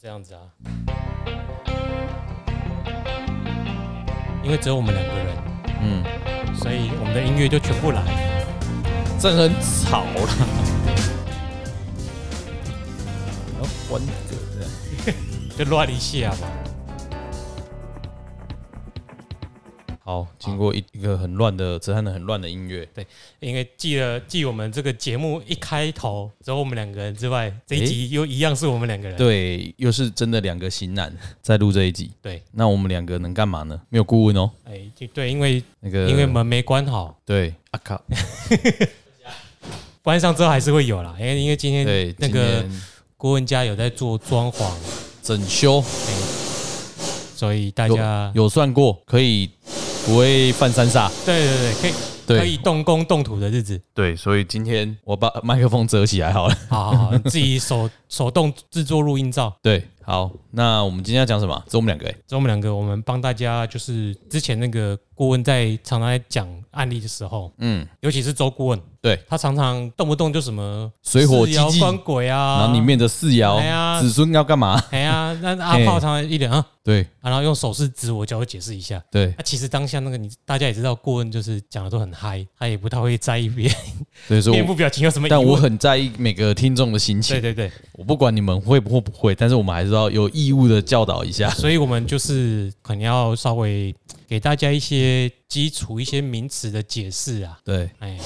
这样子啊。因为只有我们两个人，嗯，所以我们的音乐就全部来。这很吵了。我要关这个的，就乱一下嘛。好，经过一一个很乱的，泽汉的很乱的音乐，因为记了记我们这个节目一开头只有我们两个人之外，这一集又一样是我们两个人。对，又是真的两个型男在录这一集。对，那我们两个能干嘛呢？没有顾问哦，哎，就对，因为那个因为门没关好，对，啊靠，关上之后还是会有啦。因为因为今天，对哎那个今天郭文家有在做装潢，整修所以大有家有算过，可以不会犯三煞，对对对，可以可以对动工动土的日子，对，所以今天我把麦克风折起来好了。好好好，你自己手手动制作录音照。对，好，那我们今天要讲什么？只有我们两个、欸，所以我们两个，我们帮大家就是之前那个顾问在常常在讲案例的时候，嗯，尤其是周顾问，对，他常常动不动就什么水火四既爻济，官鬼啊，然后里面的四爻、哎呀子孙要干嘛？哎呀，那阿嘿炮常常一脸啊， 对啊然后用手势指我，叫我解释一下。对那、其实当下那个你大家也知道，顾问就是讲的都很嗨，他也不太会在意别人对，所以面我部表情有什么疑但问。我很在意每个听众的心对情，对对，我不管你们会不会不会，但是我们还是要有义务的教导一下。所以我们就是可能要稍微给大家一些基础、一些名词的解释啊。对，哎，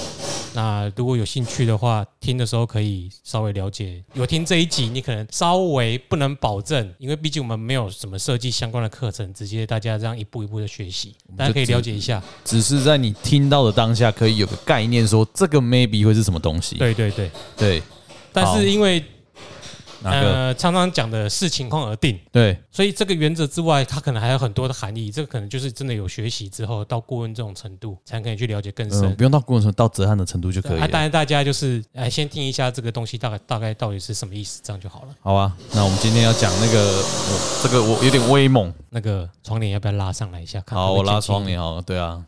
那如果有兴趣的话，听的时候可以稍微了解。有听这一集，你可能稍微不能保证，因为毕竟我们没有什么设计相关的课程，直接大家这样一步一步的学习，大家可以了解一下。只是在你听到的当下，可以有个概念说这个 maybe 会是什么东西。对对对，对，但是因为哪个？呃常常讲的视情况而定，对所以这个原则之外，它可能还有很多的含义。这个可能就是真的有学习之后，到顾问这种程度，才可以去了解更深。嗯，不用到过程到泽汉的程度就可以啊，当了。然大家就是哎，先听一下这个东西大概大概到底是什么意思，这样就好了。好啊，那我们今天要讲那个，我这个我有点威猛。那个窗帘要不要拉上来一下？看好，会不 我会拉进去窗帘好了。对啊，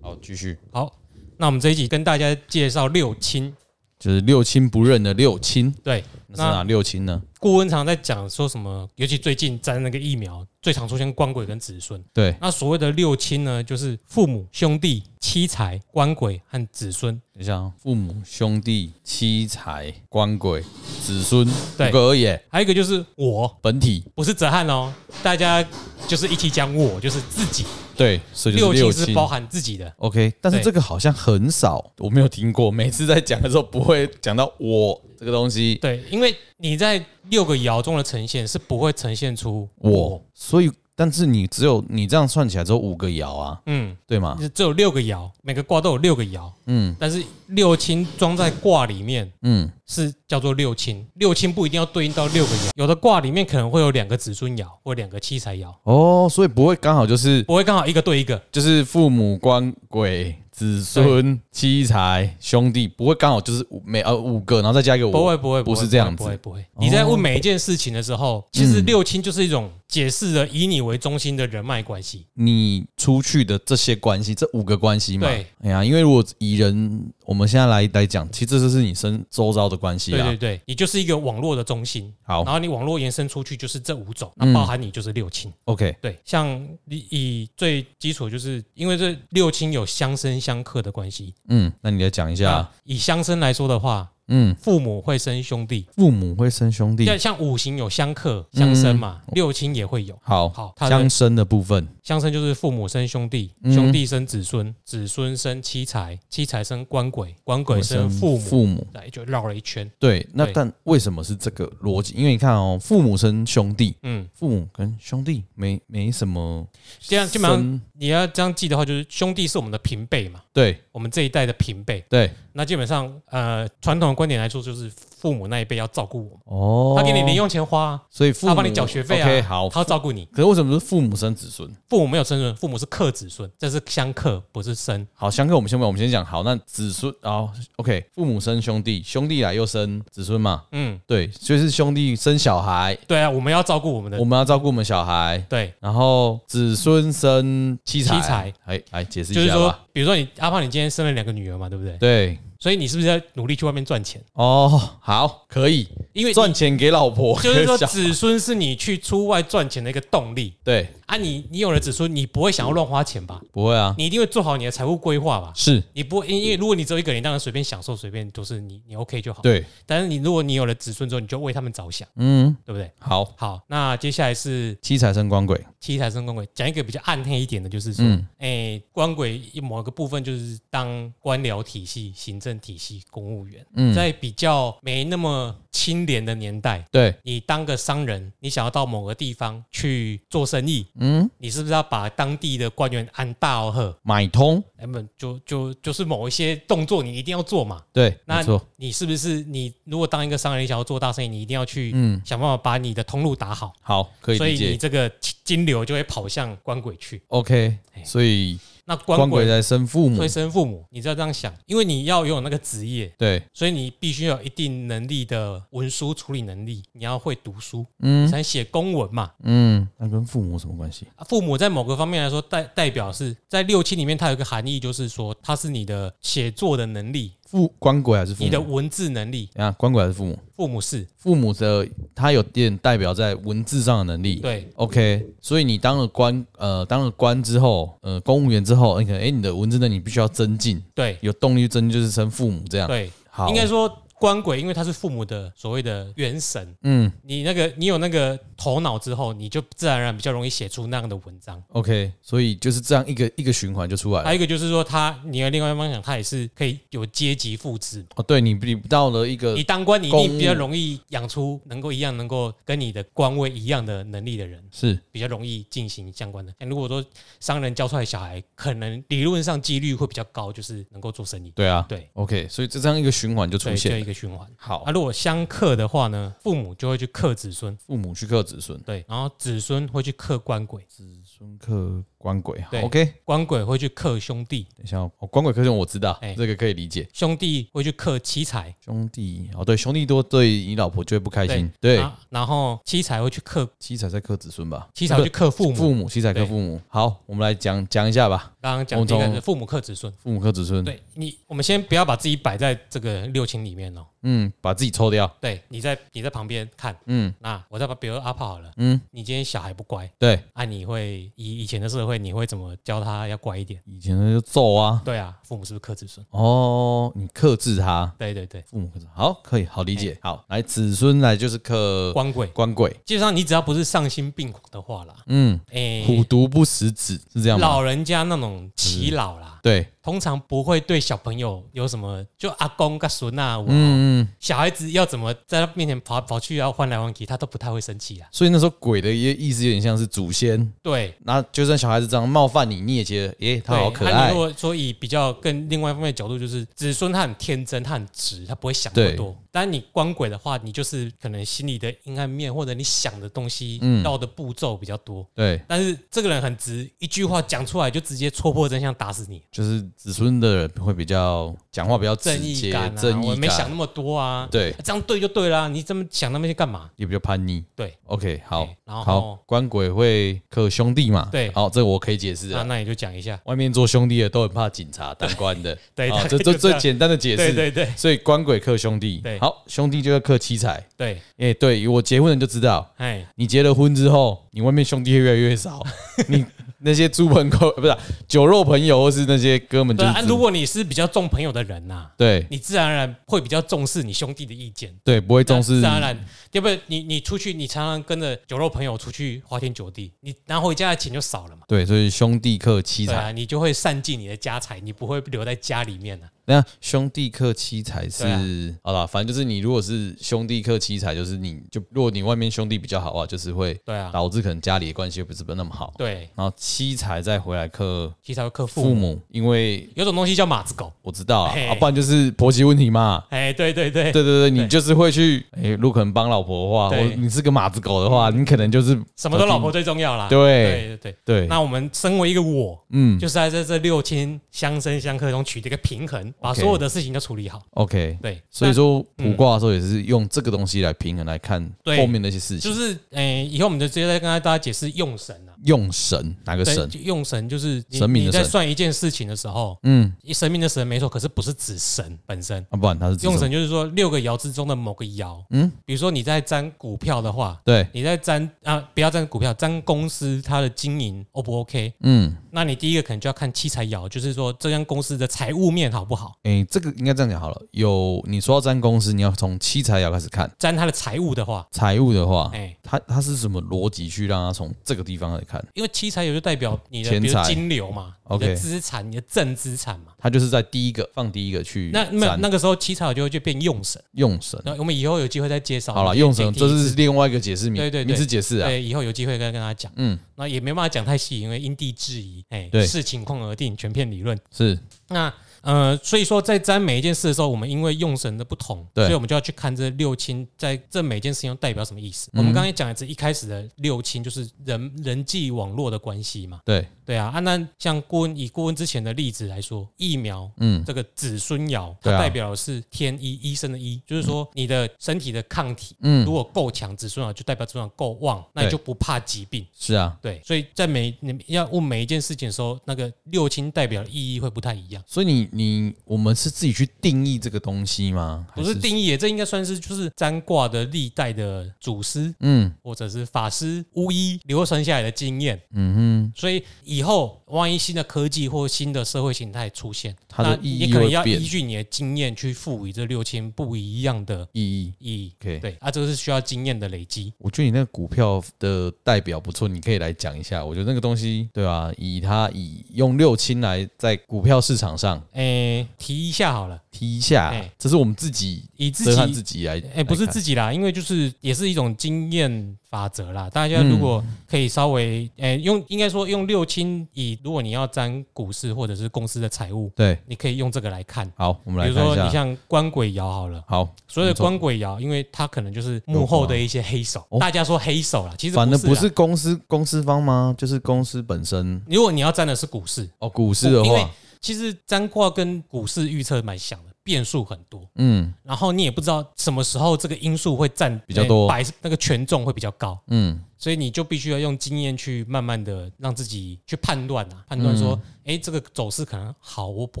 好，继续，好，那我们这一集跟大家介绍六亲。就是六亲不认的六亲，对，那是哪六亲呢？顾问常在讲说什么，尤其最近沾那个疫苗，最常出现官鬼跟子孙。对，那所谓的六亲呢，就是父母、兄弟、妻财、官鬼和子孙。等一下、哦，父母、兄弟、妻财、官鬼、子孙，对五个而已耶，还有一个就是我，本体。不是泽汉哦，大家就是一起讲我，就是自己。对，所以就六是六亲是亲。包含自己的。 OK，但是对这个好像很少，我没有听过。每次在讲的时候不会讲到我这个东西，对，因为你在六个爻中的呈现是不会呈现出我，，所以但是你只有你这样算起来只有五个爻啊，嗯，对吗？只有六个爻，每个卦都有六个爻，嗯但是六亲装在卦里面嗯，是叫做六亲，六亲不一定要对应到六个爻，有的卦里面可能会有两个子孙爻或两个七财爻，哦，所以不会刚好就是不会刚好一个对一个。就是父母官鬼子孙妻财兄弟，不会刚好就是五每呃五个，然后再加一个我，不会不会，不是会这样不子哦会不会。不会你在问每一件事情的时候，其实六亲就是一种解释了以你为中心的人脉关系。你出去的这些关系，这五个关系嘛。对，哎呀，因为如果以人我们现在来来讲，其实这就是你身周遭的关系对啦对。对，你就是一个网络的中心，好然后你网络延伸出去就是这五种，那包含你就是六亲。 ，OK，对，像你以最基础就是因为这六亲有相生相克的关系，嗯，那你来讲一下那，以相生来说的话，嗯，父母会生兄弟，父母会生兄弟，像像五行有相克相生嘛，六亲也会有。好，好他的相生的部分，相生就是父母生兄弟，嗯兄弟生子孙，子孙生妻财，妻财生官鬼，官鬼生父母，父母。对，就绕了一圈。对，那对但为什么是这个逻辑？因为你看哦，父母生兄弟，嗯，父母跟兄弟没没什么这样基本上生你要这样记的话，就是兄弟是我们的平辈嘛，对我们这一代的平辈。对那基本上，呃，传统的观点来说，就是父母那一辈要照顾我们，哦，他给你零，用钱花啊，所以父母他帮你缴学费 OK，啊，好，他要照顾你。可是为什么是父母生子孙？父母没有生孙，父母是克子孙，这是相克，不是生。好，相克我们先不讲，我们先讲好，那子孙哦、，OK，父母生兄弟，兄弟来又生子孙嘛，嗯，对，就是兄弟生小孩，对啊，我们要照顾我们的我，们要照顾我们小孩，对，然后子孙生妻财，妻财，哎，来解释就一是下说吧，，比如说你阿胖，你今天生了两个女儿嘛，对不对？对，所以你是不是要努力去外面赚钱？哦，好，可以因为你赚钱给老婆，就是说小子孙是你去出外赚钱的一个动力对，啊你！你有了子孙，你不会想要乱花钱吧？不会啊，你一定会做好你的财务规划吧？是你不会，因因为如果你只有一个人，你当然随便享受，随便都是你你 OK 就好。。对，但是你如果你有了子孙之后，你就为他们着想，嗯，对不对？好，好，那接下来是七彩生光鬼，七彩生官鬼，讲一个比较暗黑一点的，就是说，哎、嗯官鬼某个部分就是当官僚体系、行政体系、公务员，嗯，在比较没那么清廉的年代，对，你当个商人，你想要到某个地方去做生意，嗯，你是不是要把当地的官员按大喝？买通，哎，不，就就就是某一些动作你一定要做嘛。对，那没错，你是不是你如果当一个商人，你想要做大生意，你一定要去嗯，想办法把你的通路打好，好，可以所理以你解这个金流就会跑向官鬼去。 ，OK，哎所以那官光鬼鬼在嗯生父母推，生父母，你就要这样想，因为你要拥有那个职业，对，所以你必须要有一定能力的文书处理能力，你要会读书，你嗯才能写公文嘛。嗯，那跟父母有什么关系？啊父母在某个方面来说代代表是在六亲里面，它有一个含义，就是说它是你的写作的能力，父光鬼还是父你的母？文字能力。啊，光鬼还是父母？父母是父母的他有点代表在文字上的能力，对， OK，所以你当了官，呃，当了官之后，呃，公务员之后，你可能，哎、你的文字能力必须要增进，对有动力去增进就是生父母这样。对，好，应该说官鬼，因为他是父母的所谓的元神，嗯你那个你有那个头脑之后，你就自然而然比较容易写出那样的文章。 ，OK，所以就是这样一个一个循环就出来还了。有一个就是说他，你的另外一方想，他也是可以有阶级复制。哦，对你你到了一个你当官，你一公定务比较容易养出能够一样能够跟你的官位一样的能力的人，是比较容易进行相关的。但如果说商人教出来的小孩，可能理论上几率会比较高，就是能够做生意。对啊，对，OK，所以这这样一个循环就出对，这现一了。个循环。好啊，，如果相克的话呢，父母就会去克子孙，父母去克子孙，对，然后子孙会去克官鬼，子孙克官鬼。好对 OK，官鬼会去克兄弟，等一下哦，哦官鬼克兄我知道，哎这个可以理解。兄弟会去克妻财，兄弟哦，对，兄弟多对你老婆就会不开心。对，啊然后妻财会去克七彩在克子孙吧？妻财会去克父母。父母，七彩克父母。好，我们来讲讲一下吧。刚刚讲我第一个懂是父母克子孙，父母克子孙，对你，我们先不要把自己摆在这个六亲里面哦。嗯，把自己抽掉，对，你在你在旁边看，嗯那我再把比如阿炮好了，嗯，你今天小孩不乖，对，啊，你会以以前的社会，你会怎么教他要乖一点？以前那就揍啊，对啊，父母是不是克子孙？哦，你克制他，对对对，父母克制，好，可以，好理解，好，来子孙来就是克官哎鬼，官鬼，基本上你只要不是丧心病狂的话啦，嗯，诶、虎毒不食子是这样吗？哎老人家那种耆老啦，对，通常不会对小朋友有什么，就阿公跟孙啊，我、嗯嗯，小孩子要怎么在他面前跑跑去要换来换去，他都不太会生气啦。所以那时候鬼的一个意思有点像是祖先，对，那就算小孩子这样冒犯你，你也觉得，耶，他对好可啊爱你如，果说以比较跟另外一方面的角度，就是子孙他很天真，他很直，他不会想那么对多。但你光鬼的话，你就是可能心里的阴暗面，或者你想的东西嗯要的步骤比较多。对，但是这个人很直，一句话讲出来就直接戳破真相，打死你，就是子孙的人会比较讲话比较直正义接感，啊！正我义没想感那，么多啊，对，这样对就对啦，你这么想那么些干嘛？也比较叛逆。对 OK，好对，然后好，官鬼会克兄弟嘛？对好，这个我可以解释那啊。那你就讲一下，外面做兄弟的都很怕警察当官的， 对好大概这就这这最样简单的解对释。对对所以官鬼克兄弟对，好，兄弟就要克七彩。对，哎，对我结婚人就知道，哎，你结了婚之后，你外面兄弟会越来 越少，你那些猪朋狗不是啊酒肉朋友或是那些哥们就对是啊，只如果你是比较重朋友的人呐、对你自然而然会比较重视你兄弟的意见。啊对不会重视自然而然，要不然你你出去，你常常跟着酒肉朋友出去花天酒地，你拿回家的钱就少了嘛。对，所以兄弟克七对彩。啊，你就会散尽你的家财，你不会留在家里面啊。那兄弟克妻财是、对啊好啦，反正就是你如果是兄弟克妻财，就是你就如果你外面兄弟比较好啊，就是会对啊，导致可能家里的关系不是不是那么好。对，然后妻财再回来克其实才会克父父母。母，因为有种东西叫马子狗，我知道啊，嘿啊不然就是婆媳问题嘛。哎，对对对，对对对，你就是会去，哎，如果可能帮老婆的话，对嗯或你是个马子狗的话，你可能就是什么都老婆最重要啦。对对对对，对。那我们身为一个我，嗯就是在这这六亲相生相克中取得一个平衡，把 OK 所有的事情都处理好。 ，OK，对，所以那嗯说卜卦的时候也是用这个东西来平衡来看对后面那些事情就，是，哎，以后我们就直接再跟大家解释用神啊。用神哪个对神？就用神就是你神明的你在神算一件事情的时候，嗯，神明的神没错，可是不是指神本身。啊，不然他是指用什么神就是说六个爻之中的某个爻，嗯嗯，比如说你在沾股票的话，对，你在沾啊，不要沾股票，沾公司它的经营 O 不 OK？嗯，那你第一个可能就要看七财爻，就是说这家公司的财务面好不好，诶，这个应该这样讲好了。有你说到占公司，你要从七财爻开始看沾它的财务的话，财务的话，哎，它它是什么逻辑去让它从这个地方来看？因为七财爻就代表你的钱比如财金流嘛，你 OK 的资产，你的正资产嘛。它就是在第一个放第一个去那那占那个时候七财爻就会就变用神，用神。那我们以后有机会再介绍。好我了，们用神简提这是另外一个解释名，对对对名词解释啊。对，以后有机会跟跟他讲。嗯，那也没办法讲太细，因为因地制宜，哎、对视情况而定，全片理论。是那呃，所以说在占每一件事的时候，我们因为用神的不同，对所以我们就要去看这六亲在这每件事情代表什么意嗯思。我们刚才讲的是一开始的六亲，就是人人际网络的关系嘛。对，对啊，啊那像顾问以顾问之前的例子来说，疫苗。嗯，这个子孙爻，对它啊代表的是天医医生的医，就是说你的身体的抗体，嗯如果够强，子孙爻就代表子孙爻够旺，那你对就不怕疾病。是啊。对，所以在每你们要问每一件事情的时候，那个六亲代表的意义会不太一样。所以你你我们是自己去定义这个东西吗？不还是定义耶，这应该算是就是占卦的历代的祖师嗯或者是法师巫医流传下来的经验。嗯所以以后万一新的科技或新的社会形态出现，它的那意义你可能会要变依据你的经验去赋予这六亲不一样的哼，意义。意义。 OK 对啊，这个是需要经验的累积。我觉得你那个股票的代表不错，你可以来讲一下。我觉得那个东西，对吧、以它以用六亲来在股票市场上诶，提一下好了，踢一下，哎这是我们自己以自折己看自己来。哎、不是来看自己啦，因为就是也是一种经验法则啦。大家如果嗯可以稍微，哎、用应该说用六亲以，如果你要占股市或者是公司的财务，对，你可以用这个来看。好，我们比来如看说，一你下。像官鬼爻好了，好，所有没的错官鬼爻，因为它可能就是幕后的一些黑手，哦大家说黑手啦，其实反正不不是是啦。啊公司公司方吗？就是公司本身如果你要占的是股市，哦，股市的因为话，其实占卦跟股市预测蛮像的，变数很多。嗯然后你也不知道什么时候这个因素会占比较多百那个权重会比较高，嗯，所以你就必须要用经验去慢慢的让自己去判断啊，判断说，哎、这个走势可能好或不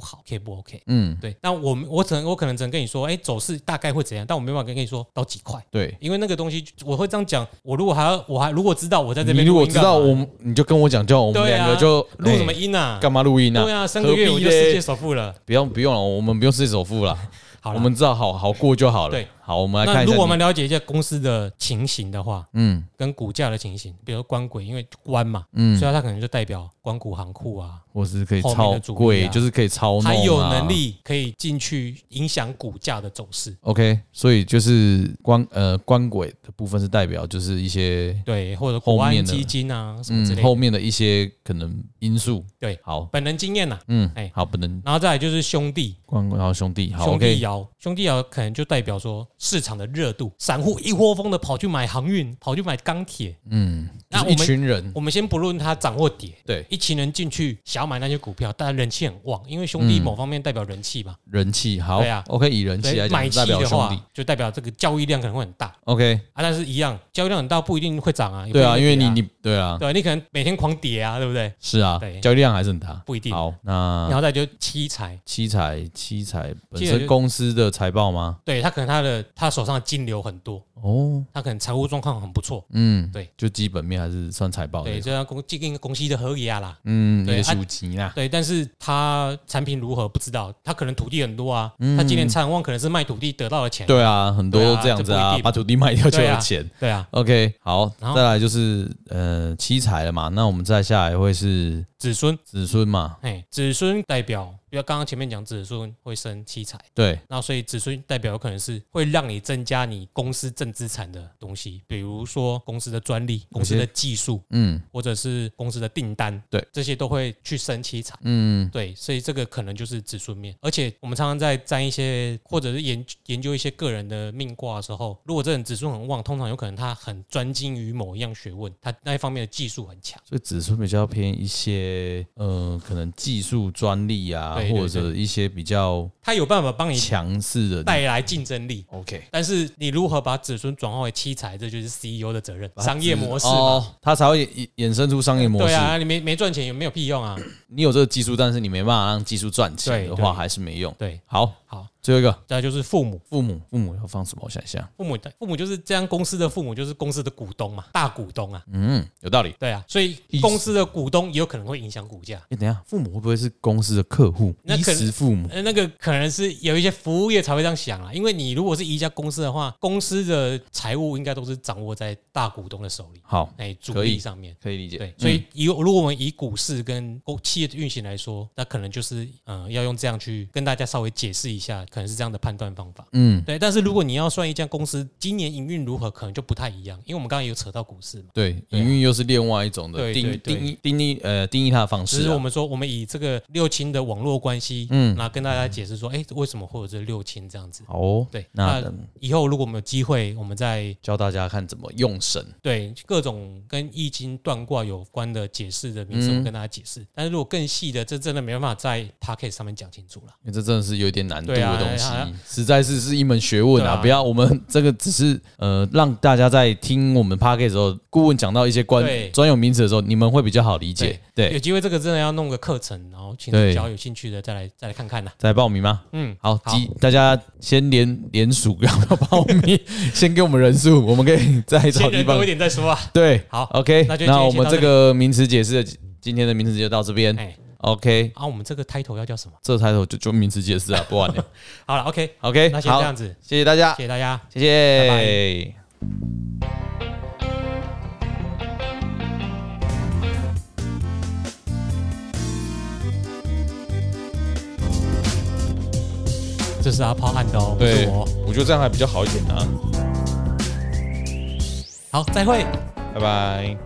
好，K 不 OK？嗯，对，那我们我只能我可能只能跟你说，哎、走势大概会怎样，但我没办法跟你说到几块，对。因为那个东西我会这样讲，我如果还要我还如果知道我在这你边如录果音知干嘛，道我们，你就跟我讲，叫我们对两啊个就录什么哎音啊？干嘛录音呢？对啊，三个月何我必就世嘞界首富了。不用不用了，我们不用世界首富了，好我了，们知道好好过就好了。对，好，我们来看那一如下你。果我们了解一下公司的情形的话，嗯跟股价的情形，比如关轨，因为关嘛，嗯，所以它可能就代表关谷行库啊，或是可以后面操的主力贵，啊就是可以操弄、啊，它有能。力可以进去影响股价的走势， OK，所以就是官呃官鬼的部分是代表就是一些对，或者后国安面的基金啊什么之嗯类的。后面的一些可能因素。对，好，本人经验呐，嗯，哎好，不能然后再来就是兄弟官鬼好兄弟，好兄弟 OK，爻，兄弟爻可能就代表说市场的热度，散户一窝蜂的跑去买航运，跑去买钢铁。嗯，那就是一我们群人，我们先不论它涨或跌，对一群人进去想要买那些股票，但人气很旺，因为兄弟某方面代表人气嘛，人气好、对啊 OK，以嗯人气所以来买讲气代表的兄话弟，就代表这个交易量可能会很大。 OK，啊，但是一样，交易量很大不一定会涨啊。也不对啊，一定会因为跌你你对啊，对你可能每天狂跌啊，对不对？是啊对，交易量还是很大，不一定好，嗯那然后再就七财，七彩七彩本七彩身就公司的财报吗？对他可能他的他手上的金流很多，哦，他可能财务状况很不错，嗯，对，就基本面还是算财报对，的，这样公这跟公司的合理啊啦。嗯，对也啊是五级啦，对，但是他产品如何不知道，他可能土地很多啊，他今年产旺可能是卖土地得到的钱，嗯对啊，很多对啊都这样子啊，这不一定把土地卖掉就对有啊钱。对啊， OK，好，然后再来就是呃七彩了嘛，那我们再下来会是子孙，子孙嘛，哎，子孙代表，比如刚刚前面讲子孙会生七财，对，那所以子孙代表有可能是会让你增加你公司正资产的东西，比如说公司的专利、公司的技术，嗯或者是公司的订单，对，这些都会去生七财。嗯，对，所以这个可能就是子孙面，而且我们常常在占一些，或者是研研究一些个人的命卦的时候，如果这人子孙很旺，通常有可能他很专精于某一样学问，他那一方面的技术很强。所以子孙比较偏一些些呃，可能技术专利啊，对对或者一些比较他有办法帮你强势的带来竞争力。 OK 但是你如何把子孙转化为七财，这就是 CEO 的责任，把它商业模式嘛。哦，它才会衍衍生出商业模对式。啊，你没没赚钱也没有屁用啊。你有这个技术，但是你没办法让技术赚钱对的话，对还是没用。 对，好，好，最后一个再就是父母，父母，父母要放什么？我想一下，父母的父母就是这样，公司的父母就是公司的股东嘛，大股东啊。嗯，有道理。对啊，所以意思公司的股东也有可能会影响股价。哎、等一下，父母会不会是公司的客户？那衣可能食父母，呃，那个可能是有一些服务业才会这样想啊，因为你如果是一家公司的话，公司的财务应该都是掌握在大股东的手里，好，哎，主可以力上面。可以理解。嗯对，所以以如果我们以股市跟公企业的运行来说，那可能就是嗯、呃要用这样去跟大家稍微解释一下，可能是这样的判断方法。嗯，嗯，对，但是如果你要算一家公司今年营运如何，可能就不太一样，因为我们刚刚有扯到股市嘛。对，对啊营运又是另外一种的对定对对定义定义呃定义它的方只式是啊、我们说，我们以这个六亲的网络关系，嗯嗯，那跟大家解释说，哎，为什么会有这六亲这样子？好、哦，对，那那以后如果我们有机会，我们再教大家看怎么用神。对各种跟易经断卦有关的解释的嗯名词，我们跟大家解释。但是如果更细的，这真的没办法在 p o c a s t 上面讲清楚了。因为这真的是有点难度对的啊东西，哎呀实在是是一门学问啊！对啊不要我们这个只是呃，让大家在听我们 p a r k 的时候，顾问讲到一些关对专有名词的时候，你们会比较好理解。对，有机会这个真的要弄个课程，然后请对只要有兴趣的再来再来看看啦。再报名吗？嗯，好，好集大家先联联署，要不要报名？先给我们人数，我们可以再找先地人方多一。点再说啊。对，好，OK，那就今天那我先们到这这个名词解释的今天的名词就到这边。哎， OK，啊，我们这个 title 要叫什么？这抬头就就名词解释啊，不玩了。好了，OK， OK，哎那先这好样，子，谢谢大家谢，谢大家。谢谢。拜这是阿炮按的哦，不对是我哦。，我觉得这样还比较好一点啊。好，再会。拜拜。